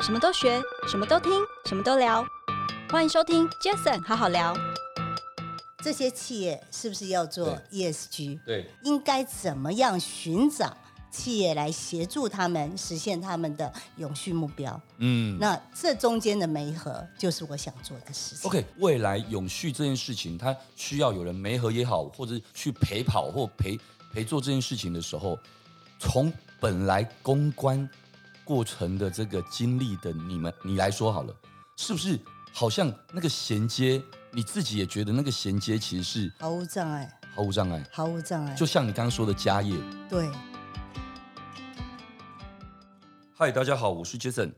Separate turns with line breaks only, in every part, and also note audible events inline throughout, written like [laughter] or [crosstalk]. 什么都学，什么都听，什么都聊。欢迎收听 Jason 好好聊。
这些企业是不是要做 ESG？
对，
应该怎么样寻找企业来协助他们实现他们的永续目标？
嗯
那这中间的媒合就是我想做的事情。
，OK，未来永续这件事情，它需要有人媒合也好，或者去陪跑或陪陪做这件事情的时候，从本来公关过程的这个经历的你们，你来说好了，是不是好像那个衔接，你自己也觉得那个衔接其实是
毫无障碍，
毫无障碍？
毫无障碍。
就像你刚刚说的家业，
对，
嗨，大家好，我是 Jason。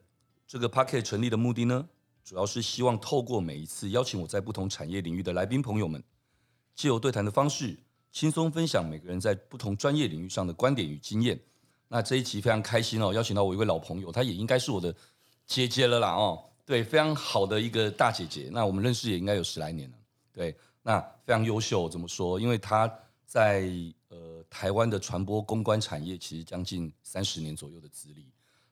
这个 Pocket 成立的目的呢，主要是希望透过每一次邀请我在不同产业领域的来宾朋友们，借由对谈的方式，轻松分享每个人在不同专业领域上的观点与经验。那这一集非常开心哦，邀请到我一位老朋友，她也应该是我的姐姐了啦哦，对，非常好的一个大姐姐。那我们认识也应该有十来年了，对，那非常优秀。怎么说？因为她在呃台湾的传播公关产业其实将近三十年左右的资历。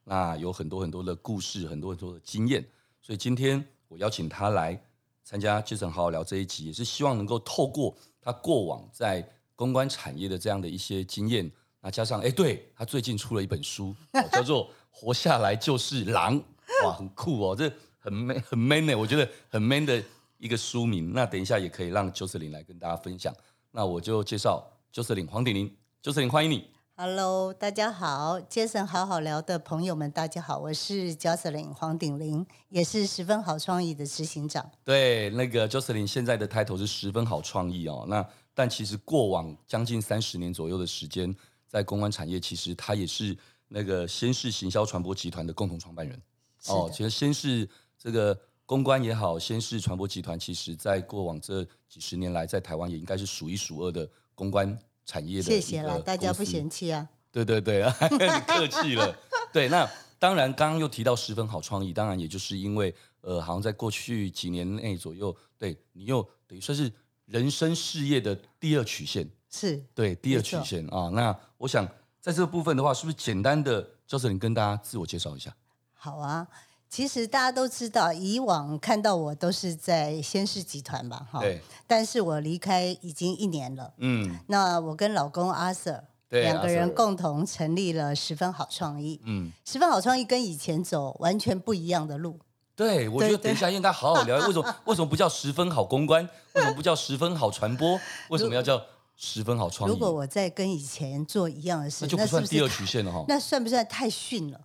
那有很多很多的故事，很多很多的经验，所以今天我邀请他来参加《杰森好好聊》这一集，也是希望能够透过他过往在公关产业的这样的一些经验，那加上哎，对他最近出了一本书，哦叫做《活下来就是狼》，哇，很酷哦，这很 man 很 man 呢、我觉得很 man 的一个书名。那等一下也可以让 Jocelyn 来跟大家分享。那我就介绍 Jocelyn 黄鼎玲，Jocelyn 欢迎你。
Hello，大家好，Jason 好好聊的朋友们，大家好，我是 Jocelyn 黄鼎玲，也是十分好创意的执行长。
对，那个 Jocelyn 现在的 title 是十分好创意哦。那但其实过往将近三十年左右的时间，在公关产业，其实他也是那个先是行销传播集团的共同创办人
是
哦。
的
其实先是这个公关也好，先是传播集团，其实在过往这几十年来，在台湾也应该是数一数二的公关产业的
谢
一
谢
个
啦，大家
公
不
司
嫌弃啊。
对对对， [laughs] 你客气了。对，那当然，刚刚又提到十分好创意，当然也就是因为呃，好像在过去几年内左右，对你又等于算是人生事业的第二曲线，
是，
对第二
没
曲
错
线啊、那我想在这个部分的话，是不是简单的 j o c e l y n 跟大家自我介绍一下？
好啊，其实大家都知道，以往看到我都是在先是集团吧，哈。
对。
但是我离开已经一年了，
嗯，
那我跟老公阿 Sir
对
两个人
Arthur
共同成立了十分好创意。
嗯，
十分好创意跟以前走完全不一样的路，
对，我觉
对
得等一下应该好好聊，为什
[laughs]
么为什么不叫十分好公关？为什么不叫十分好传播？为什么要叫十分好创意？
如果我再跟以前做一样的事
那，就不
是
算
不
第
是
二
太
曲线了哈。
那算不算太逊了？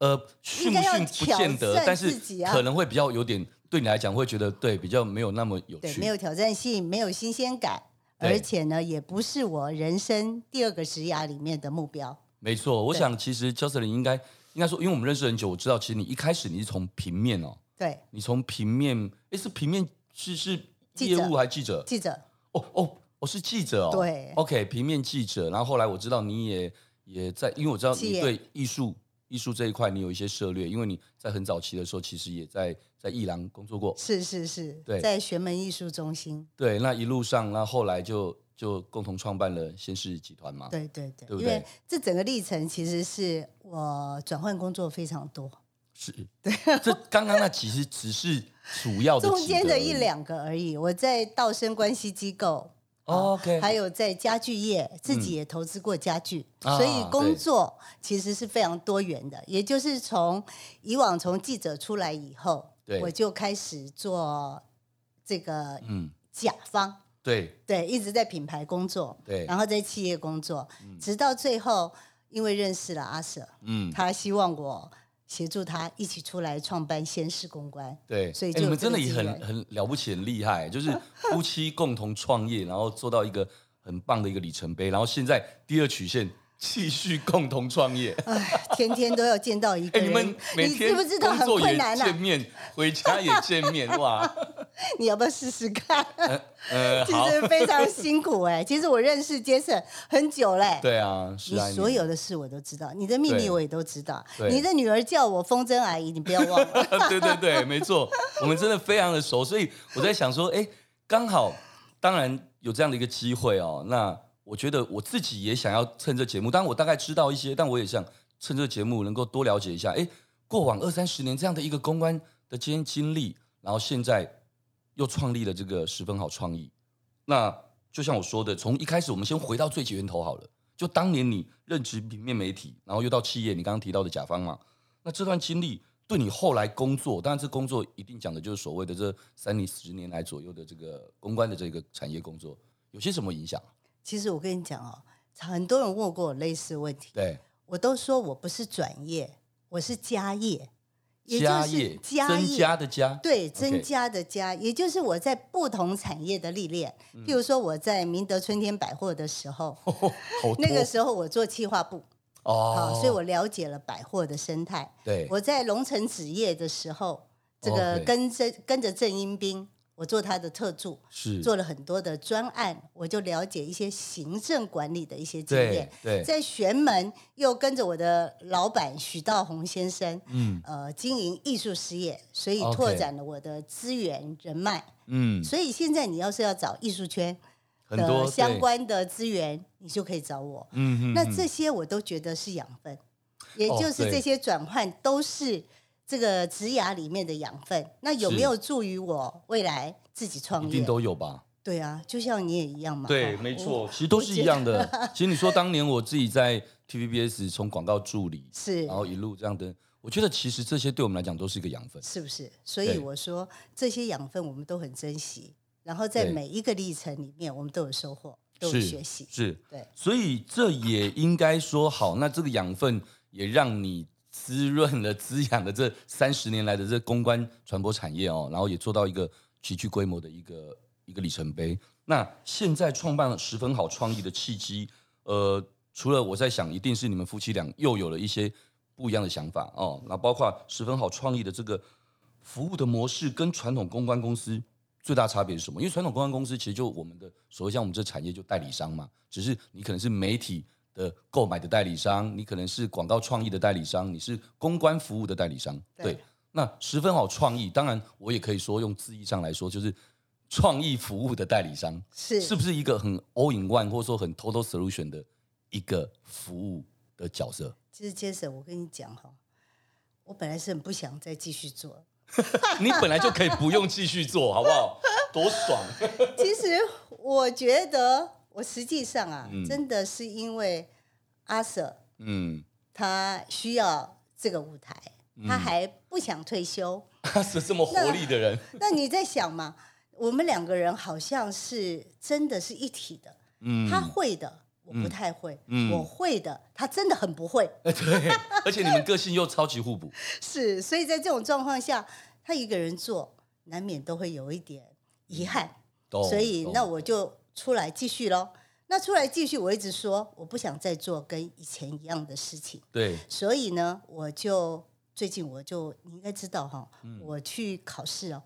呃，训
应
不
该要
训不见
挑
得，
战
但
自
是
己啊
可能会比较有点，对你来讲会觉得对比较没有那么有
对，
趣，
没有挑战性，没有新鲜感，
对
而且呢，也不是我人生第二个职涯里面的目标。
没错，我
对
想其实 j o c e l y n 应该应该说，因为我们认识很久，我知道其实你一开始你是从平面哦，
对，
你从平面，诶，是平面是是
记
业
者
务还记者？
记者
哦哦，我是记者哦，
对
，OK，平面记者。然后后来我知道你也也在，因为我知道
企
你
业
对艺术艺术这一块你有一些涉猎，因为你在很早期的时候其实也在在艺廊工作过，
是是是
对，
在玄门艺术中心，
对，那一路上，那后来就就共同创办了先是集团嘛。
对对对，
对不
因为
对
这整个历程其实是我转换工作非常多， [laughs]
是，对。这刚刚那其实只是主要的
中
几
间
个
的
而
一
已。
两个而已。我在道生关系机构，
哦 OK，
还有在家具业，自己
嗯
也投资过家具，
啊
所以工作其实是非常多元的。也就是从以往从记者出来以后
对，
我就开始做这个
嗯，
甲方，
对
对，一直在品牌工作，
对，
然后在企业工作，直到最后，因为认识了阿 Sir，
嗯，
他希望我协助他一起出来创办先试公
[laughs]
关。
对。
所以
哎
就
你
有
们
这
真
个
的也
机
很
缘
很了不起，很厉害，就是夫妻共同创业，然后做到一个很棒的一个里程碑，然后现在第二曲线继续共同创业。
唉，天天都要见到一个
哎，
人，
你们每
知
天
不知道
工
很
作
困
也
难
见
啊？
面，回家也见面，
[laughs]
哇，
你要不要试试
[laughs]
看？
呃，
其
好，
实非常辛苦哎、其实我认识 Jason 很久嘞、
对啊，十
你
来
所
年
有的事我都知道，你的秘密
对
我也都知道。
对
你的女儿叫我风筝阿姨，你不要忘了。 [laughs]
对对 [laughs] 对，没错，我们真的非常的熟，所以我在想说，哎，刚好，当然有这样的一个机会哦，那我觉得我自己也想要趁这节目，当然我大概知道一些，但我也想趁这节目能够多了解一下，哎，过往二三十年这样的一个公关的经经历，然后现在又创立了这个十分好创意。那就像我说的，从一开始我们先回到最源头好了。就当年你任职平面媒体，然后又到企业，你刚刚提到的甲方嘛，那这段经历对你后来工作，当然这工作一定讲的就是所谓的这三年、十年来左右的这个公关的这个产业工作，有些什么影响？
其实我跟你讲哦，很多人问过我类似问题，
对，
我都说我不是转业，我是家业，也就
家
是
业
家
增
业
加的加，
对，
OK
增加的加，也就是我在不同产业的历练。譬如说，我在明德春天百货的时候，
嗯 [laughs] 好多
那个时候我做企划部，啊，
哦，
所以我了解了百货的生态。
对
我在龙城纸业的时候，这个
OK
跟着跟着郑英兵，我做他的特助，
是
做了很多的专案，我就了解一些行政管理的一些经
对
验。
对，
在玄门又跟着我的老板许道宏先生，
嗯
呃，经营艺术事业，所以
OK
拓展了我的资源人脉。
嗯，
所以现在你要是要找艺术圈
很多
的相
对，
关的资源，你就可以找我。
嗯嗯，
那
嗯
这些我都觉得是养分，也
哦
就是
对
这些转换都是这个职涯里面的养分。那有
是
没有助于我未来自己创
一定
业？
都有吧？
对啊，就像你也一样嘛。
对，
哦
没。
我
错，其实都是一样的。其实你说当年我自己在 TVBS 从广告助理，
是
然后一路这样的，我觉得其实这些对我们来讲都是一个养分。
是不是？所
对
以我说这些养分我们都很珍惜，然后在
对
每一个历程里面，我们都有收获，都有
是
学习。
是，
对，
所以这也应该说好，那这个养分也让你滋润了、滋养了这三十年来的这公关传播产业哦，然后也做到一个极具规模的一个一个里程碑。那现在创办了十分好创意的契机，呃，除了我在想，一定是你们夫妻俩又有了一些不一样的想法哦，那包括十分好创意的这个服务的模式跟传统公关公司最大差别是什么？因为传统公关公司其实就我们的所谓像我们这产业就代理商嘛，只是你可能是媒体的购买的代理商，你可能是广告创意的代理商，你是公关服务的代理商，
对
对。那十分好创意，当然我也可以说用字义上来说，就是创意服务的代理商，
是
是不是一个很 all in one 或者说很 total solution 的一个服务的角色？
其实杰森，我跟你讲哈，我本来是很不想再继续做了。
你本来就可以不用继续做，好不
[laughs]
好？多爽！
其实我觉得，我实际上啊，
嗯
真的是因为阿 Sir
嗯，
他需要这个舞台，他还不想退休。
他是这么活力的人，
那你在想嘛，我们两个人好像是真的是一体的，
嗯
他会的。我不太会，
嗯呃
我会的，他真的很不会，
对，而且你们个性又超级互补，
是，所以在这种状况下，他一个人做，难免都会有一点遗憾。
懂
所以
懂
那我就出来继续喽。那出来继续，我一直说我不想再做跟以前一样的事情，
对
所以呢，我就最近我就你应该知道哈，
嗯
我去考试哦，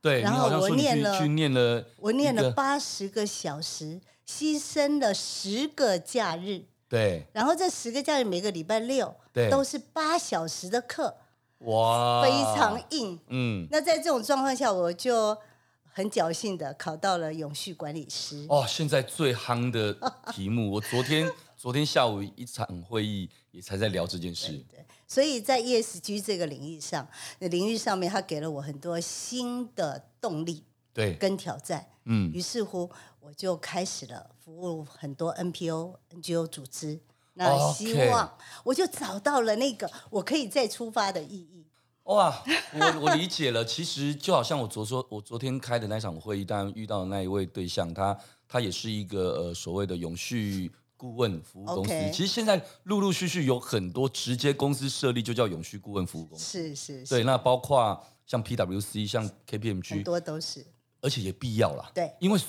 对，
然
你
后
好像说
我
你
念
去
了
去念了，
我念
一
了
个
八十个小时，牺牲了十个假日，
对
然后这十个假日每个礼拜六
对啊
都是八小时的课，
哇，
非常硬。
嗯
那在这种状况下，我就很侥幸的考到了永续管理师。
哦，现在最夯的题目， [laughs] 我昨天昨天下午一场会议也才在聊这件事，
所以在 ESG 这个领域上，领域上面，它给了我很多新的动力
对，
跟挑战。
嗯
于是乎，我就开始了服务很多 NPO、NGO 组织。那希
OK
望我就找到了那个我可以再出发的意义。
哇，我 [laughs] 我理解了。其实就好像我昨说，我昨天开的那场会议，当然遇到的那一位对象，他他也是一个呃所谓的永续顾问服务公司。
OK
其实现在陆陆续续有很多直接公司设立就叫永续顾问服务公司。
是是是，
对，那包括像 PWC、像
很
KPMG，
多都是
而且也必要啦。
对
因为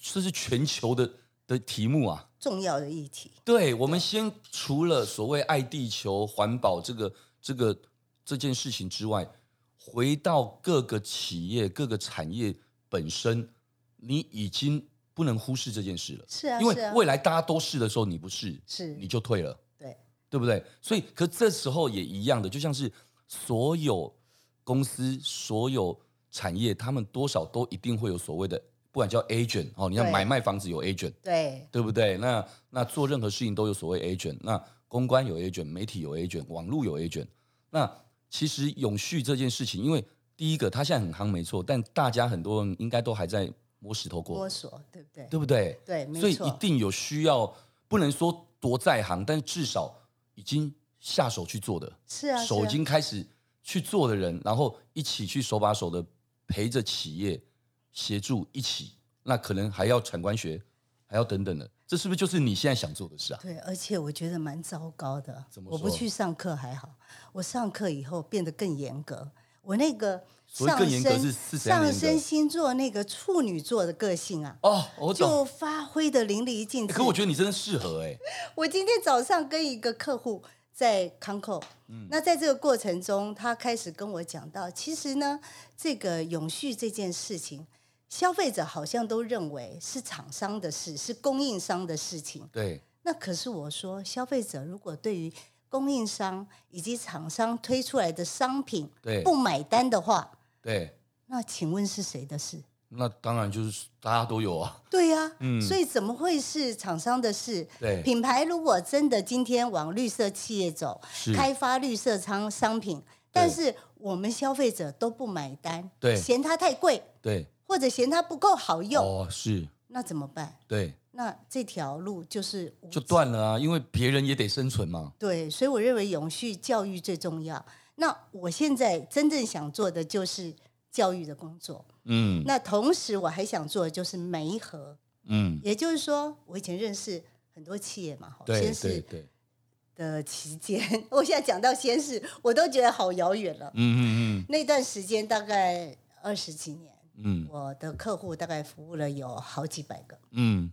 这是全球的的题目啊。
重要的议题。
对，我们先除了所谓爱地球、环保这个这个这件事情之外，回到各个企业、各个产业本身，你已经不能忽视这件事了。
是啊，
因
是
为
啊，
未来大家都是的时候，你不是，
是
你就退了，
对
对不对？所以，可这时候也一样的，就像是所有公司、所有产业，他们多少都一定会有所谓的，不管叫 agent 哦，你看
对
买卖房子有 agent。
对
对不对？那那做任何事情都有所谓 agent，那公关有 agent，媒体有 agent，网络有 agent，那其实永续这件事情，因为第一个它现在很夯，没错，但大家很多人应该都还在摸石头过
摸，索，对不对？
对不对？
对，没
所以
错
一定有需要，不能说多在行，但至少已经下手去做的，
是啊，
手已
是啊
经开始去做的人，然后一起去手把手的陪着企业协助一起，那可能还要产官学，还要等等的，这是不是就是你现在想做的事啊？
对，而且我觉得蛮糟糕的
怎。么
我不
说
去上课还好，我上课以后变得更严格。我那个
所谓
上
更严格
升
是是怎样
上
严格
升星座那个处女座的个性啊，
哦，我懂。
就发挥的淋漓尽
欸
致。
可我觉得你真的适合哎、
我今天早上跟一个客户在康扣，
嗯
那在这个过程中，他开始跟我讲到，其实呢，这个永续这件事情，消费者好像都认为是厂商的事，是供应商的事情。
对，
那可是我说，消费者如果对于供应商以及厂商推出来的商品
对
不买单的话，
对，
那请问是谁的事？
那当然就是大家都有啊，
对呀、
嗯
所以怎么会是厂商的事？
对
品牌如果真的今天往绿色企业走，
是
开发绿色商商品，但是我们消费者都不买单，
对
嫌它太贵，
对，
或者嫌它不够好用，
哦，是，
那怎么办？
对，
那这条路就是无
就断了啊，因为别人也得生存嘛，
对，所以我认为永续教育最重要。那我现在真正想做的就是教育的工作，
嗯
那同时我还想做的就是媒合。
嗯，
也就是说，我以前认识很多企业嘛，哈
对
先
对
是
对，
的期间， [laughs] 我现在讲到先是，我都觉得好遥远了。
嗯嗯
那段时间大概二十几年，
嗯嗯
我的客户大概服务了有好几百个。
嗯，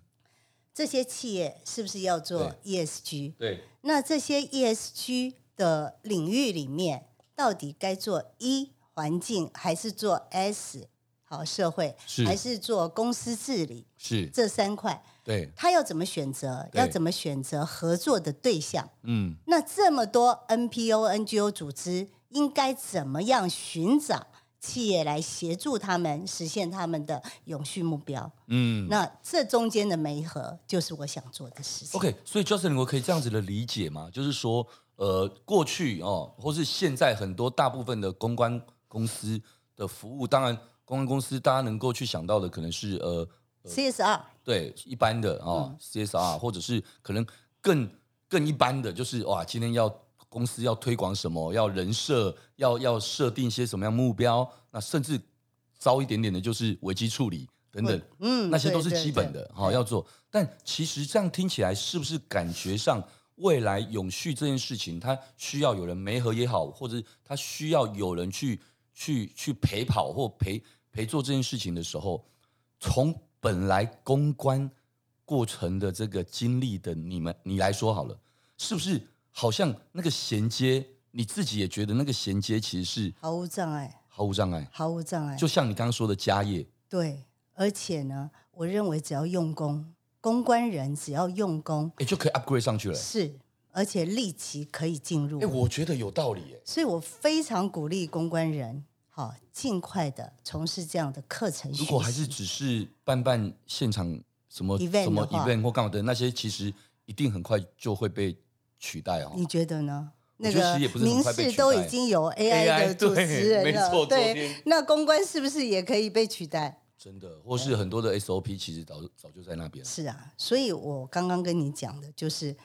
这些企业是不是要做 ESG？
对，
那这些 ESG 的领域里面，到底该做 E 环境，还是做 S 好社会，
是
还是做公司治理？
是，
这三块，
对，
他要怎么选择，
对
要怎么选择合作的对象？
嗯
那这么多 NPO、NGO 组织应该怎么样寻找企业来协助他们实现他们的永续目标？
嗯
那这中间的媒合就是我想做的事情。
，OK，所以 Justin，我可以这样子的理解吗？就是说，呃，过去哦，或是现在很多大部分的公关公司的服务，当然，公关公司大家能够去想到的可能是呃
CSR
对一般的啊、哦 CSR，或者是可能更更一般的，就是哇，今天要公司要推广什么，要人设，要要设定一些什么样目标，那甚至糟一点点的就是危机处理呃等等，
嗯
那些都
对
是
对
基本
对
的好、要做。但其实这样听起来，是不是感觉上未来永续这件事情，它需要有人媒合也好，或者是它需要有人去去去陪跑或陪陪做这件事情的时候，从本来公关过程的这个经历的你们你来说好了，是不是好像那个衔接，你自己也觉得那个衔接其实是
毫无障碍，
毫无障碍？
毫无障碍。
就像你刚刚说的家业，
对，而且呢，我认为只要用功，公关人只要用功，
哎、就可以 upgrade 上去了。
是而且立即可以进入。
哎、我觉得有道理耶。
所以我非常鼓励公关人，好、尽快的从事这样的课程学习。
如果还是只是办办现场什么
Event
什么
的话
event 或干嘛的那些，其实一定很快就会被取代哦。
你觉得呢？
我
那
觉得
个
其实也不是很
民
快被
事
取
都
代
已经有
AI
AI 的主
对
持人
没
了，
错昨
对
天
那公关是不是也可以被取代？
真的，或是很多的 SOP 其实早早就在那边了。
是啊，所以我刚刚跟你讲的就是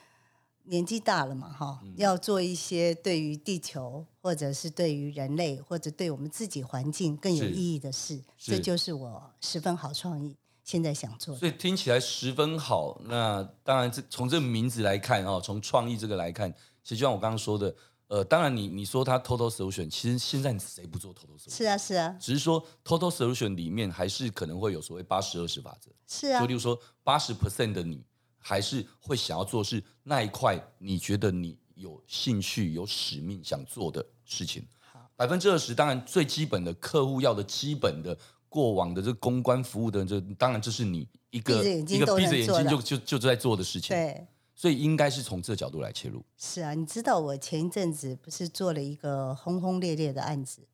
年纪大了嘛，哈、
嗯
要做一些对于地球或者是对于人类或者对我们自己环境更有
是
意义的事，
是
这就是我十分好创意现在想做的。
所以听起来十分好。那当然这，从这个名字来看哦，从创意这个来看，其实就像我刚刚说的，呃，当然你你说它 total solution，其实现在谁不做 total solution？
是啊，是啊，
只是说 total solution 里面还是可能会有所谓八十二十法则。
是啊
就例，如说八十 percent 的你，还是会想要做是那一块你觉得你有兴趣、有使命想做的事情。百分之二十，当然最基本的客户要的基本的过往的这公关服务的这，当然这是你一个
闭着眼睛
一个
都
闭
能
着眼
做
睛
的
就就就在做的事情。
对。
所以应该是从这角度来切入。
是啊，你知道我前一阵子不是做了一个轰轰烈烈的案子，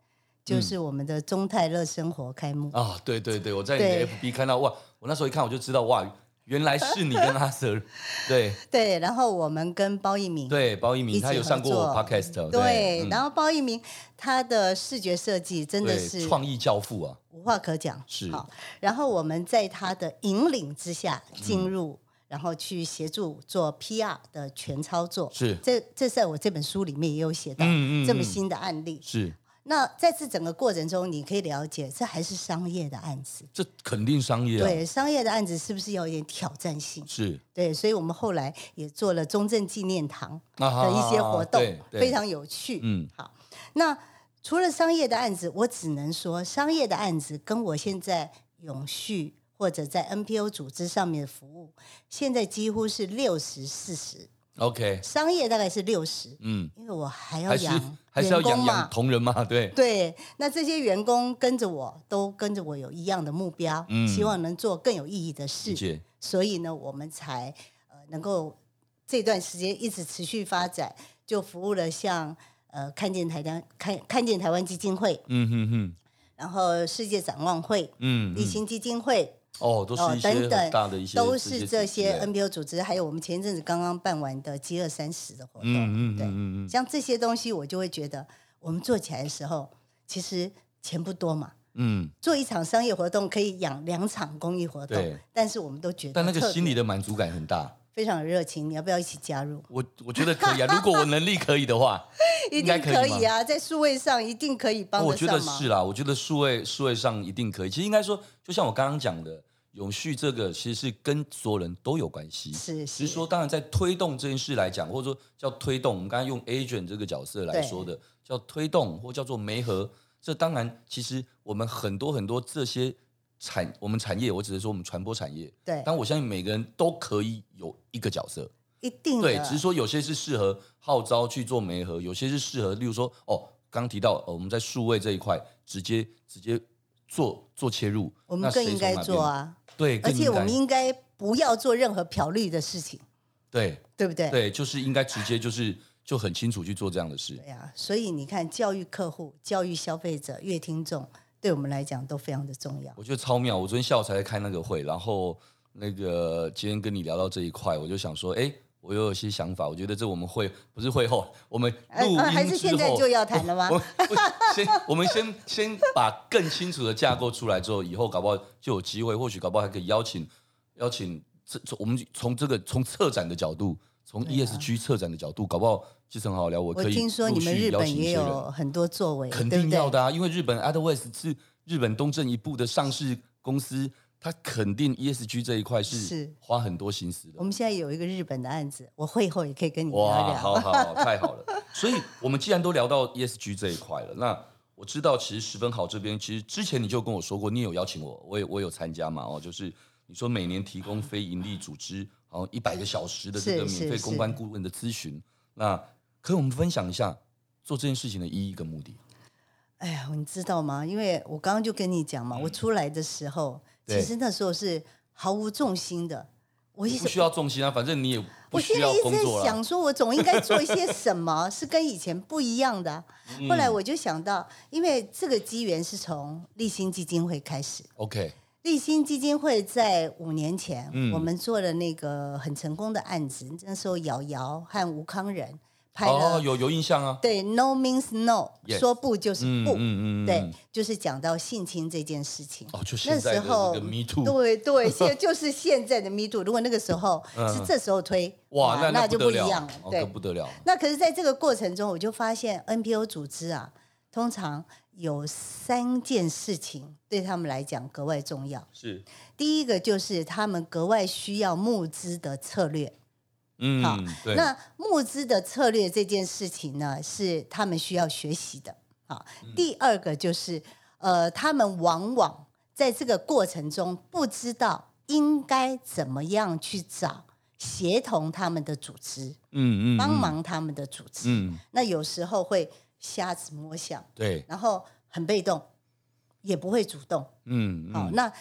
就是我们的中泰乐生活开幕。
啊，对对对，我在你
对
的 FB 看到哇，我那时候一看我就知道哇，原来是你跟
[laughs]
阿 Sir，对
[laughs] 对，然后我们跟包一鸣
对，包一
一
鸣
起
他有上过
合
我
作
Podcast，
对
嗯
然后包一鸣他的视觉设计真的
对
是
创意教父啊，
无话可讲，
是
好。然后我们在他的引领之下进入，然后去协助做 PR 的全操作。
是
这这在我这本书里面也有写到
嗯嗯嗯
这么新的案例。
是，
那在这整个过程中，你可以了解，这还是商业的案子。
这肯定商业啊，
对商业的案子是不是要有点挑战性？
是
对，所以我们后来也做了中正纪念堂
那
的一些活动，
啊对对
非常有趣。
嗯
好，那除了商业的案子，我只能说商业的案子跟我现在永续或者在 NPO 组织上面的服务，现在几乎是六十四十，
OK，
商业大概是六十，
嗯，
因为我还要
还是
养
还是要
员工
养
嘛。
养同仁嘛，对，
对，那这些员工跟着我，都跟着我有一样的目标，
嗯
希望能做更有意义的
理
事。
解，
所以呢，我们才呃能够这段时间一直持续发展，就服务了像呃看见台湾看看见台湾基金会，
嗯哼哼，
然后世界展望会、
嗯，
立
嗯
新基金会
哦，都是一些
等
很
等
大的一些，
都是这些
嗯
NPO 组织，还有我们前一阵子刚刚办完的饥饿三十的活动，
嗯嗯
对，
嗯嗯，
像这些东西，我就会觉得我们做起来的时候，其实钱不多嘛。
嗯，
做一场商业活动可以养两场公益活
对
动，但是我们都觉得，
但那个心里的满足感很大。
非常有热情，你要不要一起加入？
我我觉得可
[laughs]
以啊，如果我能力可以的话，
一
应该
定
可
可
以吗哦
以啊，在数位上一定可以帮
我
得
觉
上
得
忙。
是啦，我觉得数位数位上一定可以。其实应该说，就像我刚刚讲的，永续这个其实是跟所有人都有关系。
是
只
是
是说，当然在推动这件事来讲，或者说叫推动，我们刚刚用 agent 这个角色来
对
说的，叫推动或叫做媒合。这当然，其实我们很多很多这些产，我们产业，我只是说我们传播产业，
对，
但我相信每个人都可以有一个角色。
一定的
对，只是说有些是适合号召去做媒合，有些是适合，例如说哦，刚提到、哦、我们在数位这一块直接直接做做切入，
我们
那
更
谁
应
从
该
哪边
做，啊，
对，
而
更
且
应
我
该
们应该不要做任何漂绿的事情，
对
对不对？
对，就是应该直接就是就很清楚去做这样的事
对，呀、所以你看，教育客户、教育消费者、乐听众，对我们来讲都非常的重要。
我觉得超妙。我昨天下午才在开那个会，然后那个今天跟你聊到这一块，我就想说，哎。我又有些想法，我觉得这我们会不是会后，我们
呃
录音之后、
呃还是现在就要谈了吗
我我我先，我们先先把更清楚的架构出来之后，以后搞不好就有机会，或许搞不好还可以邀请邀请这这我们从这个从策展的角度，从
对啊
ESG 策展的角度，搞不好其实很好聊。我
我
可以
听说你们
陆续
日
邀
本
请一
也
些人
有很多作为，
肯
对不
定
对
要的啊，因为日本 AdWords 是日本东正一部的上市公司，它肯定 ESG 这一块是
是
花很多心思的
我。们现在有一个日本的案子，我会后也可以跟你聊
哇，
聊。
好好
[laughs]
好，太好了！所以我们既然都聊到 ESG 这一块了，那我知道其实十分好这边，其实之前你就跟我说过，你也有邀请我，我也我有参加嘛哦，就是你说每年提供非营利组织好像一百个小时的这个
是是
免费公关顾问的咨询，那可以我们分享一下做这件事情的意义跟目的？
哎呀，你知道吗？因为我刚刚就跟你讲嘛，我出来的时候，
嗯对
其实那时候是毫无重心的。我一
不需
直，
要重心啊，反正你也不
我现
需
在
要
一直
工作
在
了。
想，说我总应该做一些什么，是跟以前不一样的啊、
嗯
后来我就想到，因为这个机缘是从立新基金会开始。
OK，
立新基金会在五年前，
嗯
我们做了那个很成功的案子，那时候瑶瑶和吴康仁拍了、
哦，有有印象啊，
对 “No means No”，、
Yes
说不就是不。
嗯
对，，就是讲到性侵这件事情。
哦，就现
那
在
时
的
候
这个 Me Too，
对对，
[laughs]
现就是现在的 Me Too。如果那个时候
嗯
是这时候推，
哇，那
那就
不
不
得
一
了
样了。
哦
对
更，不得了，
那可是在这个过程中，我就发现 NPO 组织啊，通常有三件事情对他们来讲格外重要。
是，
第一个就是他们格外需要募资的策略。好
嗯，对，
那募资的策略这件事情呢，是他们需要学习的啊。
嗯
第二个就是，呃，他们往往在这个过程中不知道应该怎么样去找协同他们的组织，
嗯嗯，
帮
嗯，
忙他们的组织。
嗯，
那有时候会瞎子摸象，
对，
然后很被动，也不会主动。
嗯，
好、
嗯
那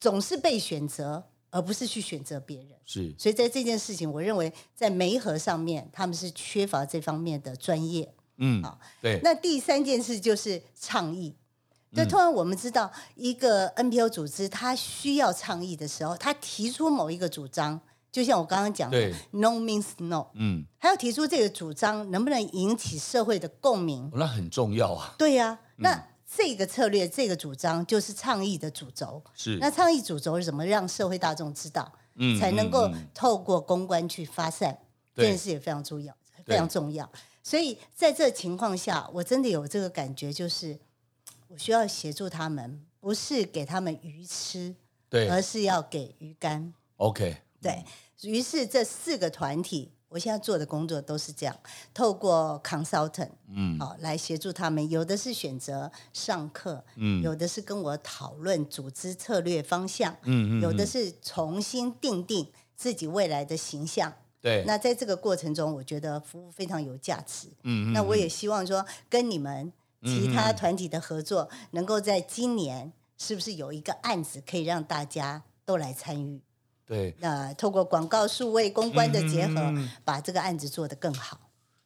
总是被选择，而不是去选择别人。
是，
所以在这件事情，我认为在媒合上面，他们是缺乏这方面的专业。
嗯，对，嗯
那第三件事就是倡议，对，通常我们知道一个 NPO 组织，它需要倡议的时候，它提出某一个主张，就像我刚刚讲的
对
，“No means no”，
嗯，
还要提出这个主张能不能引起社会的共鸣。
那很重要啊，
对呀、那这个策略、这个主张就是倡议的主轴。
是，
那倡议主轴是怎么让社会大众知道，
嗯
才能够
嗯嗯
透过公关去发散？这
对
件事也非常重要，
对
非常重要。所以在这情况下，我真的有这个感觉，就是我需要协助他们，不是给他们鱼吃，而
对嗯
是要给鱼竿。
，OK，
对于是这四个团体，我现在做的工作都是这样，透过 consultant
嗯
好、来协助他们，有的是选择上课，
嗯
有的是跟我讨论组织策略方向，
嗯
有的是重新定定自己未来的形象。
对，
那在这个过程中，我觉得服务非常有价值。
嗯
那我也希望说，跟你们其他团体的合作，能够在今年是不是有一个案子可以让大家都来参与？
对，
那透过广告、数位、公关的结合，
嗯嗯嗯
把这个案子做得更好。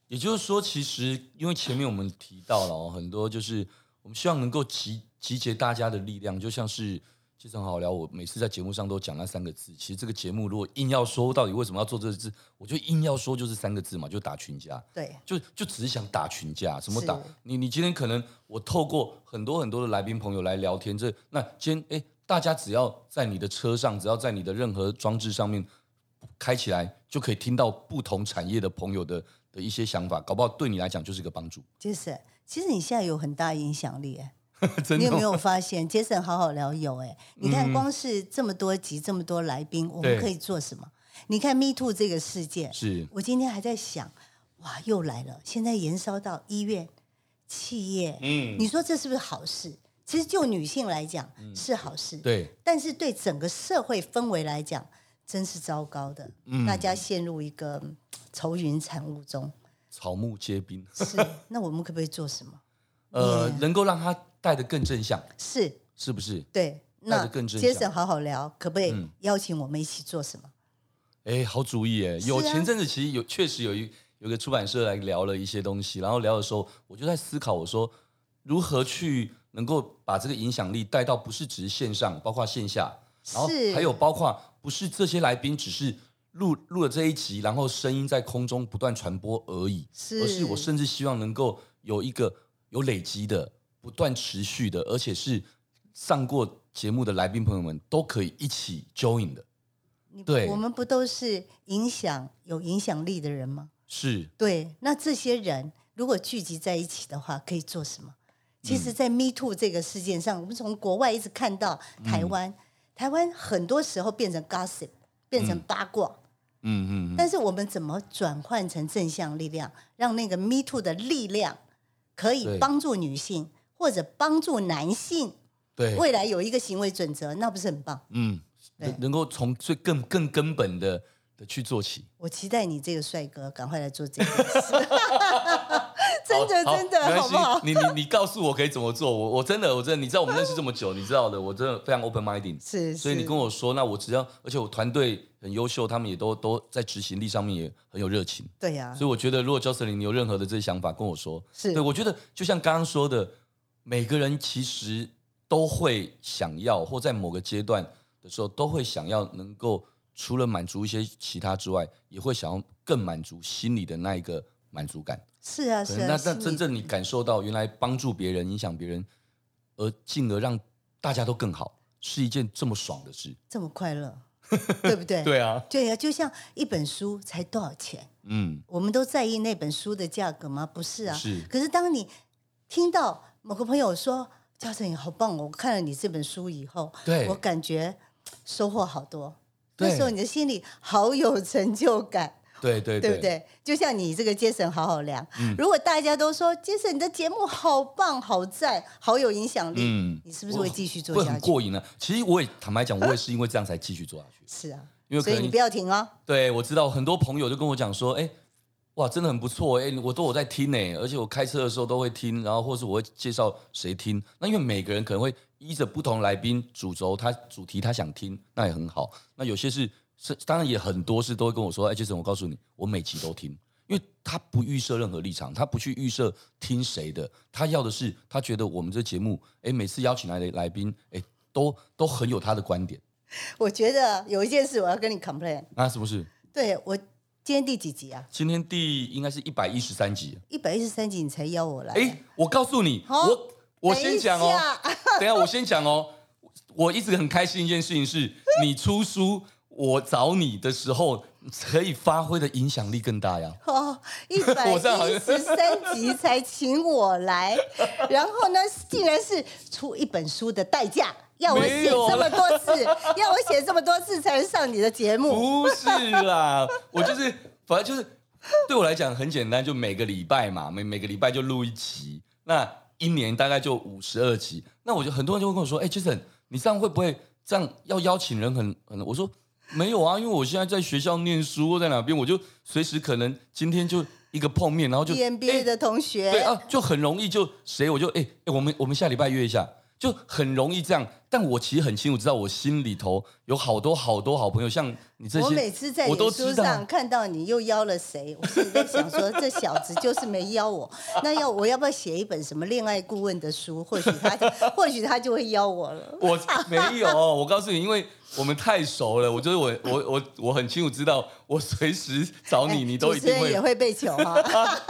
也就是说，其实因为前面我们提到了哦，很多就是我们希望能够集集结大家的力量，就像是其实很好聊，我每次在节目上都讲那三个字。其实这个节目如果硬要说到底为什么要做这个字，我就硬要说就是三个字嘛，就打群架。
对，
就就只是想打群架，什么
是
打？你你今天可能我透过很多很多的来宾朋友来聊天，这那今天哎，大家只要在你的车上，只要在你的任何装置上面开起来，就可以听到不同产业的朋友的的一些想法，搞不好对你来讲就是一个帮助。
就是其实你现在有很大影响力、哎
[laughs] 真
你
的
有
哦、
没
[laughs]
有发现杰森好好聊有、哎，你看
嗯
光是这么多集、这么多来宾，我
对
们可以做什么？你看 Me Too 这个事件，
是
我今天还在想，哇，又来了！现在延烧到医院、企业，
嗯
你说这是不是好事？其实就女性来讲、是好事，
对
但是对整个社会氛围来讲，真是糟糕的。
嗯
大家陷入一个嗯愁云惨雾中。
草木皆兵， [laughs]
是，那我们可不可以做什么？
呃
Yeah
能够让他带的更正向，
是
是不是？
对。
那
那
就更正
杰
向
森好好聊，可不可以
嗯
邀请我们一起做什么？
哎，好主意哎！
是
有
啊
前阵子其实有确实有一有个出版社来聊了一些东西，然后聊的时候，我就在思考，我说如何去能够把这个影响力带到不是只是线上，包括线下，然后
是
还有包括不是这些来宾只是录录了这一集，然后声音在空中不断传播而已，
是
而是我甚至希望能够有一个有累积的、不断持续的，而且是上过节目的来宾朋友们都可以一起 join 的，
你
对
我们不都是影响有影响力的人吗？
是
对，那这些人如果聚集在一起的话，可以做什么？其
嗯
实，在 Me Too 这个事件上，我们从国外一直看到台
嗯
湾，台湾很多时候变成 gossip，变成八卦，
嗯嗯嗯。
但是我们怎么转换成正向力量，让那个 Me Too 的力量可以
对
帮助女性或者帮助男性，
对，
未来有一个行为准则，那不是很棒？
嗯，
对
能能够从最更更根本的的去做起，
我期待你这个帅哥赶快来做这件事， [laughs] 真的
好
真的
没关
好
系
不好？
你你你告诉我可以怎么做，我我真的我真的，你知道我们认识这么久，你知道的，我真的非常 open minded，
是，
所以你
是
跟我说，那我只要，而且我团队很优秀，他们也都都在执行力上面也很有热情，
对呀、
所以我觉得如果 Jocelyn 你有任何的这些想法跟我说，
是
对我觉得就像刚刚说的，每个人其实都会想要，或在某个阶段的时候，都会想要能够除了满足一些其他之外，也会想要更满足心里的那一个满足感。
是啊
可
是啊，
能那
心
那
里
真正你感受到，原来帮助别人、影响别人，而进而让大家都更好，是一件这么爽的事。
这么快
[laughs]
乐，对不对？
啊，
对呀、就像一本书才多少钱，
嗯，
我们都在意那本书的价格吗？不是啊。
是
可是当你听到某个朋友说“教授你好棒哦，我看了你这本书以后，
对
我感觉收获好多”，
对
那时候你的心里好有成就感。
对对嗯
对不对？就像你这个杰森好好聊，如果大家都说杰森你的节目好棒、好赞、好有影响力，
嗯
你是不是会继续做
会
下
很
去？
过瘾呢、啊其实我也坦白讲，我也是因为这样才继续做下去。
是啊，
因为可
所
能
以你不要停哦。
对，我知道很多朋友就跟我讲说，哎、哇，真的很不错，哎、我都有在听哎、而且我开车的时候都会听，然后或是我会介绍谁听。那因为每个人可能会依着不同来宾主轴，他主题他想听，那也很好。那有些是是，当然也很多是都会跟我说，哎、杰森，我告诉你，我每集都听。因为他不预设任何立场，他不去预设听谁的，他要的是他觉得我们这节目，哎，每次邀请来的来宾，哎，都都很有他的观点。
我觉得有一件事我要跟你 complain，
那是不是？
对我今天第几集啊？
今天第应该是一百一十三集。
一百一十三集你才邀我来，
哎，我告诉你，
好
我我先讲
等一
哦，
下
[laughs] 等一下我先讲哦。我一直很开心一件事
[laughs]
情是，你出书，我找你的时候，可以发挥的影响力更大呀。 [laughs]
哦，一百
我这样好
一十三集才请我来，然后呢，竟然是出一本书的代价，要我
没
写
有
这么多次，要我写这么多次才能上你的节目。
不是啦，我就是反正就是对我来讲很简单，就每个礼拜嘛，每每个礼拜就录一集，那一年大概就五十二集。那我就很多人就会跟我说，哎、j a s o n 你这样会不会这样要邀请人很很？我说没有啊，因为我现在在学校念书，或在哪边我就随时可能今天就一个碰面，然后就
EMBA
哎
的同学，
对啊，就很容易就谁我就哎、哎我们我们下礼拜约一下，就很容易这样。但我其实很清楚知道，我心里头有好多好多好朋友，像你这些，
我每次在
我
脸
都
书
知道
上看到你又邀了谁，我心里在想
[laughs]
说，这小子就是没邀我。那要我要不要写一本什么恋爱顾问的书？或许
[laughs]
他或许他就会邀我了。
我没有，我告诉你，因为我们太熟了，我就是我我我我很清楚知道，我随时找你，
哎
你都一
主持
定
人
会
也会被求哈。 [laughs]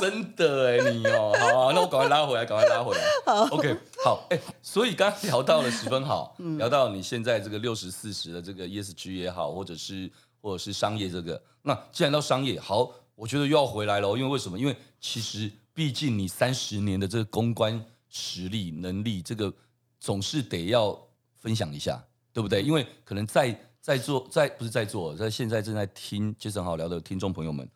真的哎，你哦，好啊，那我赶快拉回来，赶快拉回来。OK，好，哎、所以刚刚聊到了十分好，聊到你现在这个六十四十的这个 ESG 也好，或者是或者是商业这个，那既然到商业，好，我觉得又要回来了，因为为什么？因为其实毕竟你三十年的这个公关实力能力，这个总是得要分享一下，对不对？因为可能在在座在不是在座，在现在正在听杰森好聊的听众朋友们，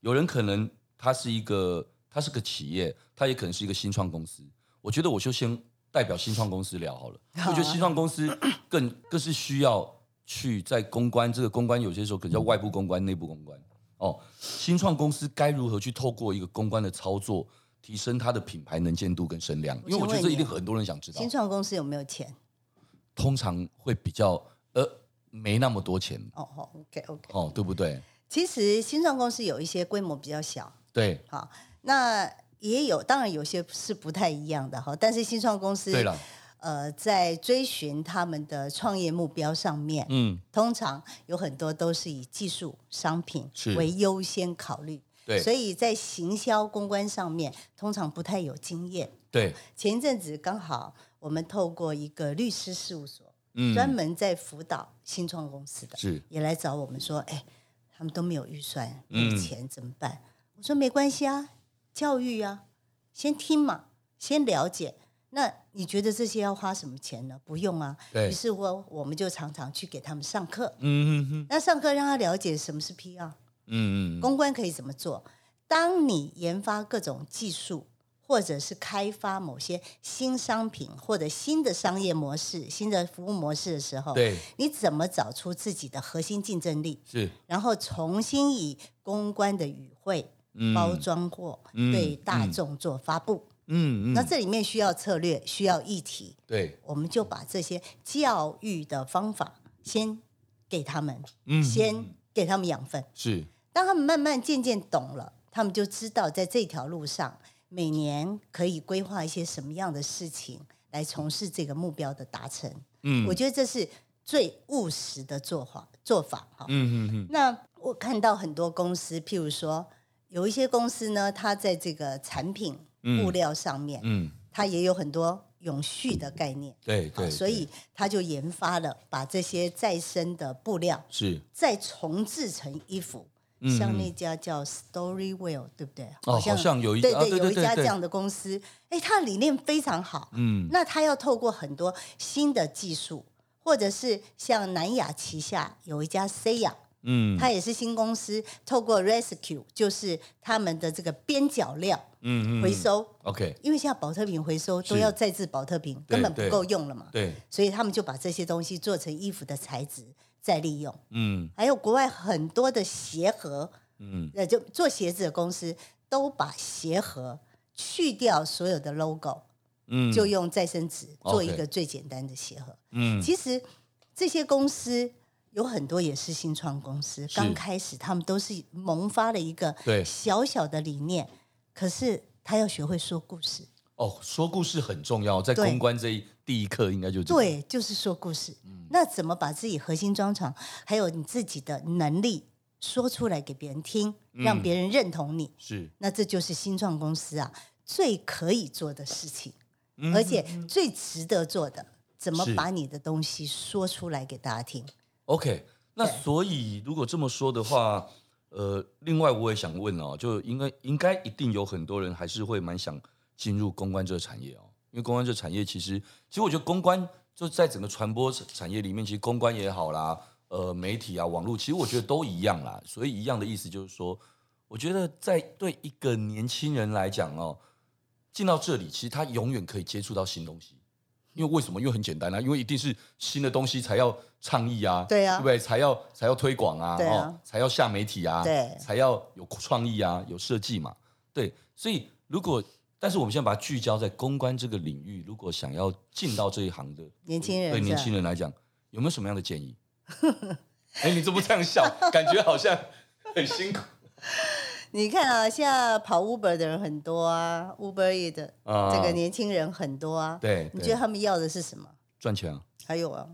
有人可能他是一个，他是个企业，他也可能是一个新创公司。我觉得我就先代表新创公司聊好了。
好啊
我觉得新创公司更更是需要去在公关这个公关，有些时候可能叫外部公关、内部公关。哦，新创公司该如何去透过一个公关的操作，提升它的品牌能见度跟声量？因为我觉得这一定很多人想知道
新。创公司有没有钱？
通常会比较呃没那么多钱
哦好 o k OK。
哦，对不对？
其实新创公司有一些规模比较小，
对
哈，那也有，当然有些是不太一样的哈。但是新创公司
对了，
呃，在追寻他们的创业目标上面，
嗯，
通常有很多都是以技术、商品
是
为优先考虑，
对
所以在行销公关上面通常不太有经验。
对，
前一阵子刚好我们透过一个律师事务所，
嗯
专门在辅导新创公司的，
是
也来找我们说，哎，他们都没有预算，没
嗯
有钱怎么办？我说没关系啊，教育啊，先听嘛，先了解。那你觉得这些要花什么钱呢？不用啊。
对
于是我我们就常常去给他们上课，
嗯嗯嗯
那上课让他了解什么是 PR，
嗯嗯嗯，
公关可以怎么做。当你研发各种技术，或者是开发某些新商品或者新的商业模式、新的服务模式的时候，
对，
你怎么找出自己的核心竞争力，
是
然后重新以公关的语汇
嗯
包装过，
嗯
对大众做发布。
嗯嗯，
那这里面需要策略，需要议题，
对，
我们就把这些教育的方法先给他们，
嗯
先给他们养分。
是
当他们慢慢渐渐懂了，他们就知道在这条路上每年可以规划一些什么样的事情来从事这个目标的达成。
嗯
我觉得这是最务实的做法做法哈。
嗯嗯嗯
那我看到很多公司，譬如说有一些公司呢，它在这个产品
嗯
物料上面，
嗯，
它也有很多永续的概念。
对对，
啊所以它就研发了把这些再生的布料
对是
再重制成衣服，
嗯
像那家叫 Storywell，对不对？
哦好像有一
对
啊对对
有一
对
家这
对
样的公司，哎，它的理念非常好。
嗯
那它要透过很多新的技术，或者是像南亚旗下有一家 Saya，
嗯
它也是新公司，透过 Rescue，就是他们的这个边角料
嗯嗯
回收，
，OK，
因为现在保特瓶回收都
是
要再制保特瓶，
对
根本不
对
够用了嘛。
对，
所以他们就把这些东西做成衣服的材质再利用。
嗯
还有国外很多的鞋盒，
嗯
呃，就做鞋子的公司都把鞋盒去掉所有的 logo，、
嗯，
就用再生纸
OK
做一个最简单的鞋盒。
嗯
其实这些公司有很多也是新创公司，
是
刚开始他们都是萌发了一个
对
小小的理念，可是他要学会说故事。
哦，说故事很重要，在
对
公关这一第一课应该就这个，
对，就是说故事。
嗯
那怎么把自己核心专长，还有你自己的能力说出来给别人听，
嗯
让别人认同你？
是，
那这就是新创公司啊最可以做的事情，而且最值得做的。怎么
嗯是
把你的东西说出来给大家听？
OK，那
对
所以如果这么说的话，呃，另外我也想问哦，就应该应该一定有很多人还是会蛮想进入公关这个产业哦，因为公关这个产业其实，其实我觉得公关就在整个传播产业里面，其实公关也好啦，呃，媒体啊，网络，其实我觉得都一样啦。所以一样的意思就是说，我觉得在对一个年轻人来讲哦，进到这里，其实他永远可以接触到新东西。因为为什么？因为很简单啊，因为一定是新的东西才要倡议啊，
对啊
对不对？才要才要推广啊，
对啊
哦，才要下媒体啊，
对
才要有创意啊，有设计嘛，对。所以如果，但是我们现在把它聚焦在公关这个领域，如果想要进到这一行的
年轻人
对
是吧
年轻人来讲，有没有什么样的
[laughs]
建议？哎，你怎么这样笑？感觉好像很辛苦
你看啊，现在跑 Uber 的人很多啊，Uber E 的 [laughs]
啊。
这个年轻人很多啊。
对，
你
对
觉得他们要的是什么？
赚钱啊？
还有啊，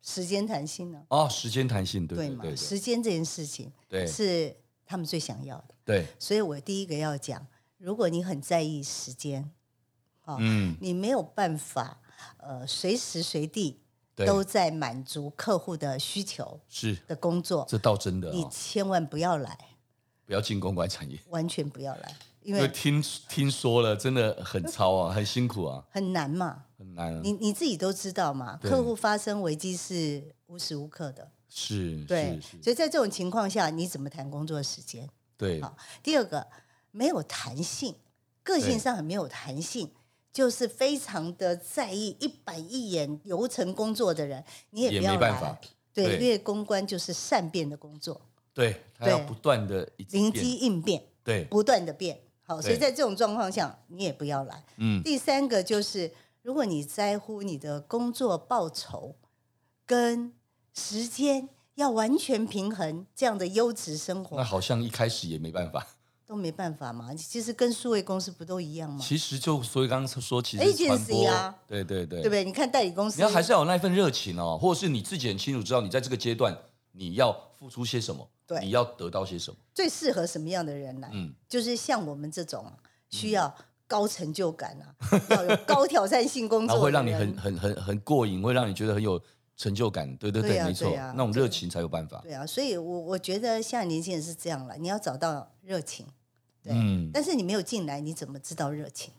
时间弹性呢、
哦，时间弹性，对对
吗？
对
时间这件事情
对对
是他们最想要的，
对，
所以我第一个要讲，如果你很在意时间，哦，
嗯，
你没有办法呃随时随地
对，
都在满足客户的需求
是
的工作，
这倒真的
你
哦，
千万不要来，
不要进公关产业。
完全不要来，因
因为
为
听听说了，真的很操啊，很辛苦啊，
很难嘛。
很难、啊。
你你自己都知道嘛，
对
客户发生危机是无时无刻的，
是，
对
是，是，
所以在这种情况下，你怎么谈工作时间？
对，
好第二个，没有弹性，个性上很没有弹性，就是非常的在意一板一眼流程工作的人，你也
也
不要
没办法
来。对，
对
因为公关就是善变的工作，
对，他要
对
不断的一直
灵
变
机，应变，
对，
不断的变。好，所以
对
在这种状况下，你也不要来。
嗯，
第三个就是，如果你在乎你的工作报酬跟时间要完全平衡，这样的优质生
那
活
好像一开始也没办法。
都没办法嘛。其实跟数位公司不都一样吗？
其实就所以刚刚说，其实
嗯 Agency
传播，
啊
对对对，
对不对？你看代理公司，
你要还是要有那份热情哦，或者是你自己很清楚知道你在这个阶段你要付出些什么，
对
你要得到些什么，
最适合什么样的人来？
嗯，
就是像我们这种啊需要高成就感啊， [laughs] 要有高挑战性嗯工
然
作的
后
人，
会让你很很很很过瘾，会让你觉得很有成就感，对对
对啊
没错，
对啊
那种热情才有办法。
对啊。所以我我觉得现在年轻人是这样了，你要找到热情，对。
嗯
但是你没有进来，你怎么知道热情？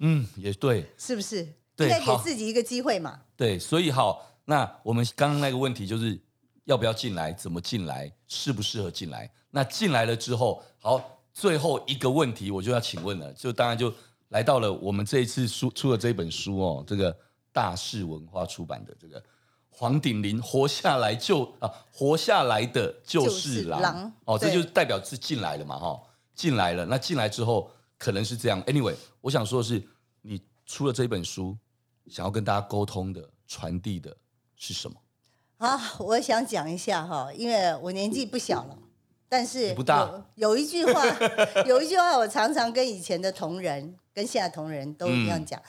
嗯，也对，
是不是？
[laughs] 对
应该给
好
自己一个机会嘛。
对，所以好，那我们刚刚那个问题就是要不要进来，怎么进来，适不适合进来？那进来了之后，好，最后一个问题我就要请问了，就当然就来到了我们这一次书出的这本书哦，这个大是文化出版的这个黄鼎林活下来就啊活下来的就
就是是
狼
狼
哦，这
对
就是代表是进来了嘛哈、进来了，那进来之后可能是这样。Anyway，我想说的是，你出了这本书，想要跟大家沟通的、传递的是什么？
啊，我想讲一下哈，因为我年纪不小了，但是
你不大
有有一句话， [laughs] 有一句话我常常跟以前的同仁、跟现在同仁都一
嗯
样讲：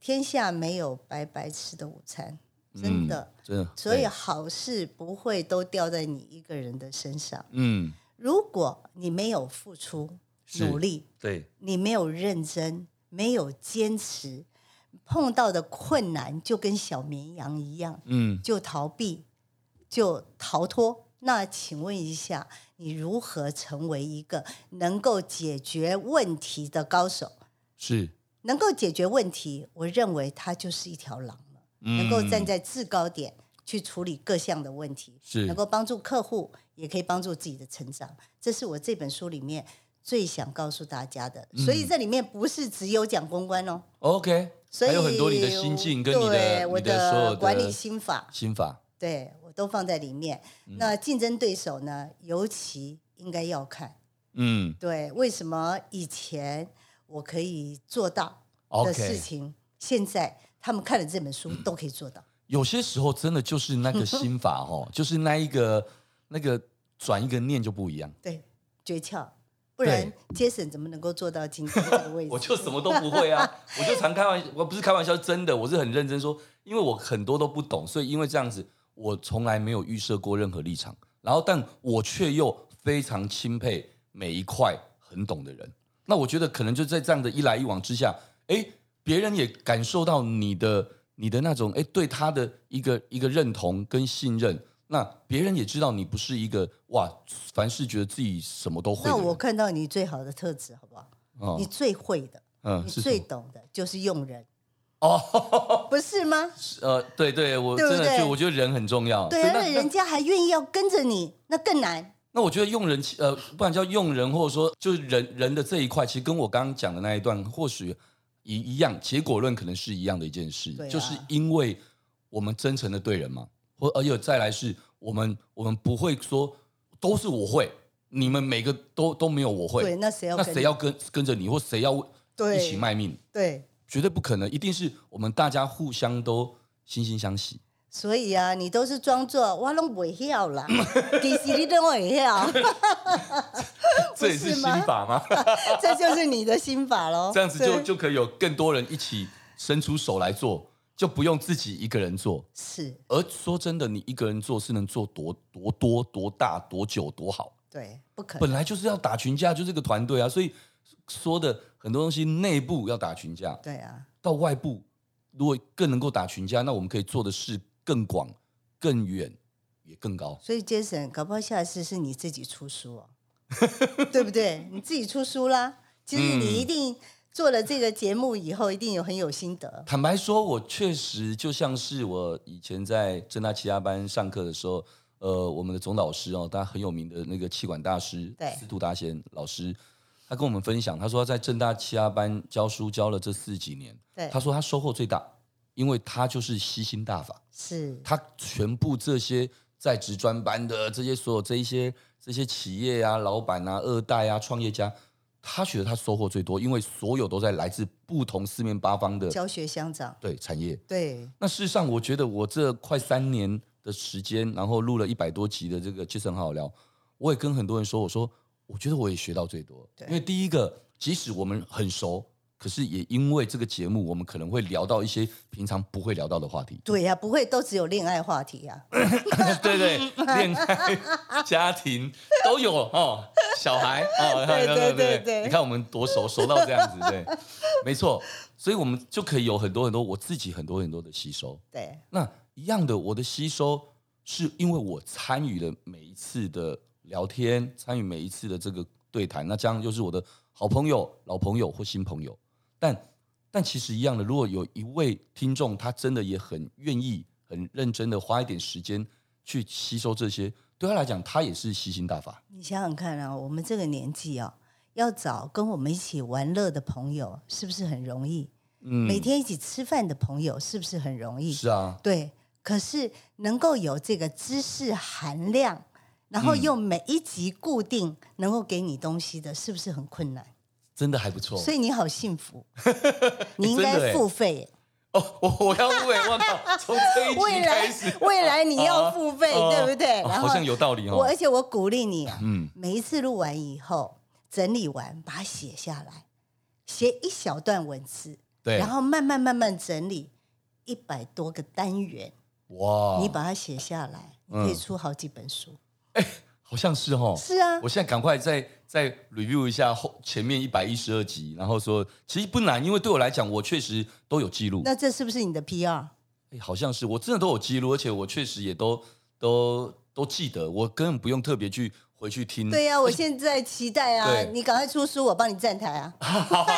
天下没有白白吃的午餐，真的。
嗯，真的。
所以
对，
好事不会都掉在你一个人的身上。
嗯，
如果你没有付出
是
努力，
对，
你没有认真，没有坚持，碰到的困难就跟小绵羊一样，
嗯，
就逃避，就逃脱。那请问一下，你如何成为一个能够解决问题的高手？
是，
能够解决问题，我认为它就是一条狼了，
嗯
能够站在制高点去处理各项的问题，
是
能够帮助客户，也可以帮助自己的成长。这是我这本书里面最想告诉大家的。所
嗯
以这里面不是只有讲公关哦，
OK，
所以
还有很多你的心境跟你
对
的
我
你的所有
管理
的
心法，
心法，
对我都放在里面。
嗯
那竞争对手呢，尤其应该要看。
嗯
对，为什么以前我可以做到的事
，OK，
情现在他们看了这本书都可以做到？
有些时候真的就是那个心法哦， [laughs] 就是那一个那个转一个念就不一样。
对，诀窍，不然杰森怎么能够做到今天这个位置？
[laughs] 我就什么都不会啊，我就常开玩笑，我不是开玩笑，真的，我是很认真说，因为我很多都不懂，所以因为这样子，我从来没有预设过任何立场，然后但我却又非常钦佩每一块很懂的人。那我觉得可能就在这样的一来一往之下，哎，别人也感受到你的你的那种哎对他的一个一个认同跟信任。那别人也知道你不是一个哇，凡事觉得自己什么都会的
那
人。
我看到你最好的特质，好不好？
哦
你最会的，
嗯
你
是什
最
么
懂的就是用人，
哦，
[laughs] 不是吗？
呃，对对，我
对
真
不
的
对
就我觉得人很重要。
对
所
啊，
以那
那人家还愿意要跟着你，那更难。
那我觉得用人，呃，不然叫用人，或者说就是人人的这一块，其实跟我刚刚讲的那一段或许一一样，结果论可能是一样的一件事，
对啊
就是因为我们真诚的对人嘛，或而且再来是我们我们不会说都是我会，你们每个都都没有我
对，
会，
那谁要
那
跟你？
谁要跟跟着你，或谁要
对
一起卖命，
对，
绝对不可能，一定是我们大家互相都惺惺相惜。
所以啊，你都是装作我拢不晓
[laughs]
啦，其实你都会晓，
这也是
是
心
吗 [laughs]
法吗？
这就是你的心法喽。
这样子就
哦对
就可以有更多人一起伸出手来做，就不用自己一个人做。
是
而说真的，你一个人做是能做多多多多大多久多好，
对，不可能
本来就是要打群架，就是个团队啊。所以说的很多东西，内部要打群架，
对啊，
到外部如果更能够打群架，那我们可以做的事更广、更远，也更高。
所以杰森，搞不好下次是你自己出书哦，对不对？你自己出书啦，其实
嗯
你一定做了这个节目以后，一定有很有心得。
坦白说，我确实就像是我以前在正大其他班上课的时候，呃，我们的总导师哦，他很有名的那个气管大师
对
司徒达贤老师，他跟我们分享，他说他在正大其他班教书教了这四十几年，
对
他，说他收获最大，因为他就是吸星大法，
是
他全部这些在职专班的这些所有这一些这些企业啊、老板啊、二代啊、创业家。他觉得他收获最多，因为所有都在来自不同四面八方的嗯
教学相长，
对产业。
对，
那事实上，我觉得我这快三年的时间，然后录了一百多集的这个《杰森好好聊》，我也跟很多人说，我说我觉得我也学到最多。
对。
因为第一个，即使我们很熟，可是也因为这个节目，我们可能会聊到一些平常不会聊到的话题
对呀、不会都只有恋爱话题呀、
[laughs] 对对，恋爱、家庭都有哦，小孩哦，
对对对对
你看我们多熟，熟到这样子，对，没错。所以我们就可以有很多很多我自己很多很多的吸收。
对，
那一样的，我的吸收是因为我参与了每一次的聊天，参与每一次的这个对谈，那这样就是我的好朋友、老朋友或新朋友。但但其实一样的，如果有一位听众，他真的也很愿意、很认真的花一点时间去吸收这些，对他来讲，他也是吸星大法。
你想想看啊，我们这个年纪啊，要找跟我们一起玩乐的朋友，是不是很容易？
嗯
每天一起吃饭的朋友，是不是很容易？
是啊，
对，可是能够有这个知识含量，然后
嗯
用每一集固定能够给你东西的，是不是很困难？
真的还不错。
所以你好幸
[laughs]
福，你应
哦真的
该
欸
付费。
哦， [laughs] 我我要为忘到从这一
未
集开
来
始，
未来你要付费，
哦
对不对？
哦
然
好
后
像有道理
我
哦
而。且我鼓励你啊，
嗯
每一次录完以后，整理完把它写下来，写一小段文字，
对，
然后慢慢慢慢整理一百多个单元，
哇，
你把它写下来，你可以
哦嗯
出好几本书。
好像是哦，
是 [laughs] 啊，
我现在赶快再再 review 一下后前面一百一十二集，然后说其实不难，因为对我来讲，我确实都有记录，
那这是不是你的 PR？
诶好像是我真的都有记录，而且我确实也都都都记得，我根本不用特别去回去听。
对呀、我现在期待啊，
嗯对
你赶快出书，我帮你站台
[laughs]
啊。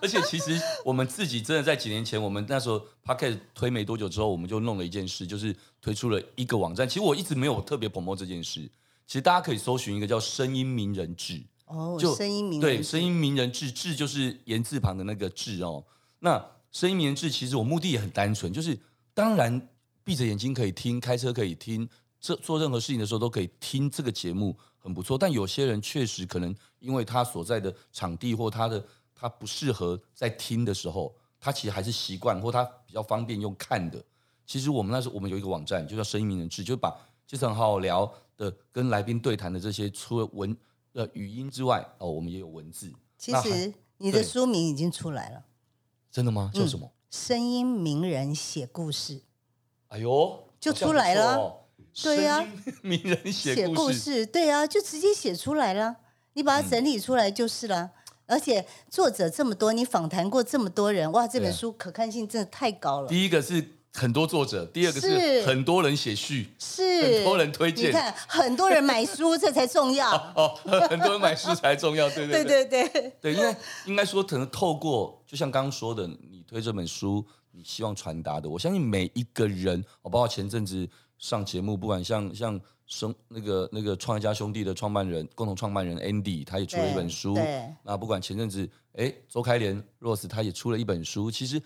而且其实我们自己真的在几年前，我们那时候 p o c k e t 推没多久之后，我们就弄了一件事，就是推出了一个网站。其实我一直没有特别 promote 这件事，其实大家可以搜寻一个叫“声音名人志”。
哦，
就
声音名
对，
人
声音名人志，志就是言字旁的那个志哦。那声音名人志，其实我目的也很单纯，就是当然闭着眼睛可以听，开车可以听，这做任何事情的时候都可以听这个节目，很不错。但有些人确实可能因为他所在的场地或他的他不适合在听的时候，他其实还是习惯或他比较方便用看的。其实我们那时候我们有一个网站，就叫“生意名人志”，就把这场好好聊的跟来宾对谈的这些，除了文呃语音之外，哦，我们也有文字。
其
那还
实你的
对
书名已经出来了，
真的吗？叫什么？
《声音名人写故事》，
哎呦，
就
好像
出来了
不错哦。
对呀
声音名人写
写
故
故
事，
事，对啊，就直接写出来了，你把它整理出来就是了。而且作者这么多，你访谈过这么多人，哇，这本
对
书可看性真的太高了。
第一个是很多作者，第二个是
是
很多人写序。
是
很多人推荐
你看很多人买书，这才重要。
哦，很多人买书才重要， [laughs] 对对
对对对，
对，因为应该说，可能透过就像刚刚说的，你推这本书，你希望传达的，我相信每一个人，哦，包括前阵子上节目，不管像像生那个那个创业家兄弟的创办人，共同创办人 Andy，他也出了一
对
本书
对。
那不管前阵子，哎，周开莲 Rose 他也出了一本书。其实，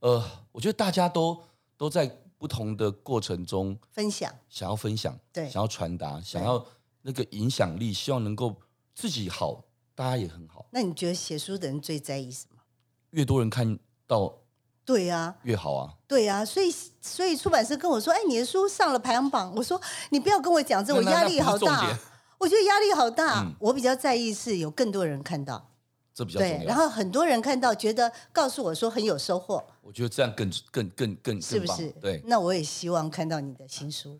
呃，我觉得大家都都在不同的过程中，
分享
想要分享，
对
想要传达，想要那个影响力，希望能够自己好，大家也很好。
那你觉得写书的人最在意什么？
越多人看到
对呀、
越好啊。
对呀、所以所以出版社跟我说：“哎，你的书上了排行榜。”我说：“你不要跟我讲这，
那
我
那
压
那
力
不是
好
重
大
点。
我觉得压力好大。
嗯
我比较在意是有更多人看到，
这比较重
对
要。，
然后很多人看到，觉得告诉我说很有收获，
我觉得这样更更更更
是
更
不
棒。
是？
对，
那我也希望看到你的新
[laughs]
书，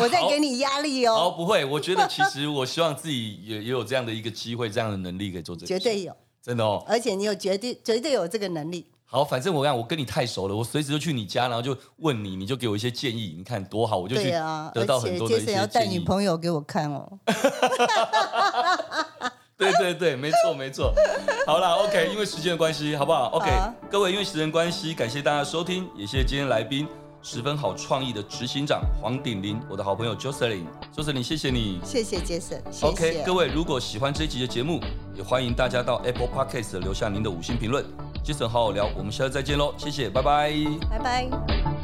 我在给你压力
哦，
哦，
不会，我觉得其实我希望自己也也有这样的一个机会，这样的能力可以做这个
绝
[laughs] 事，
对有，
真的哦。
而且你有绝对绝对有这个能力。
好，反正我看我跟你太熟了，我随时就去你家，然后就问你，你就给我一些建议，你看多好，我就去
对啊，
得
而
到
且
很多的一
Jason
些
要带
建
女
议。
朋友给我看哦，
[laughs] 对对对，没错没错。好啦 o、k 因为时间的关系，好不好？OK，
好
各位，因为时间关系，感谢大家收听，也谢谢今天来宾十分好创意的执行长黄鼎林，我的好朋友 Jocelyn，Jocelyn，谢谢你。
谢谢 Jason，谢谢
OK，各位如果喜欢这一集的节目，也欢迎大家到 Apple Podcast 留下您的五星评论。杰森好好聊，我们下次再见喽，谢谢，拜拜。
拜拜。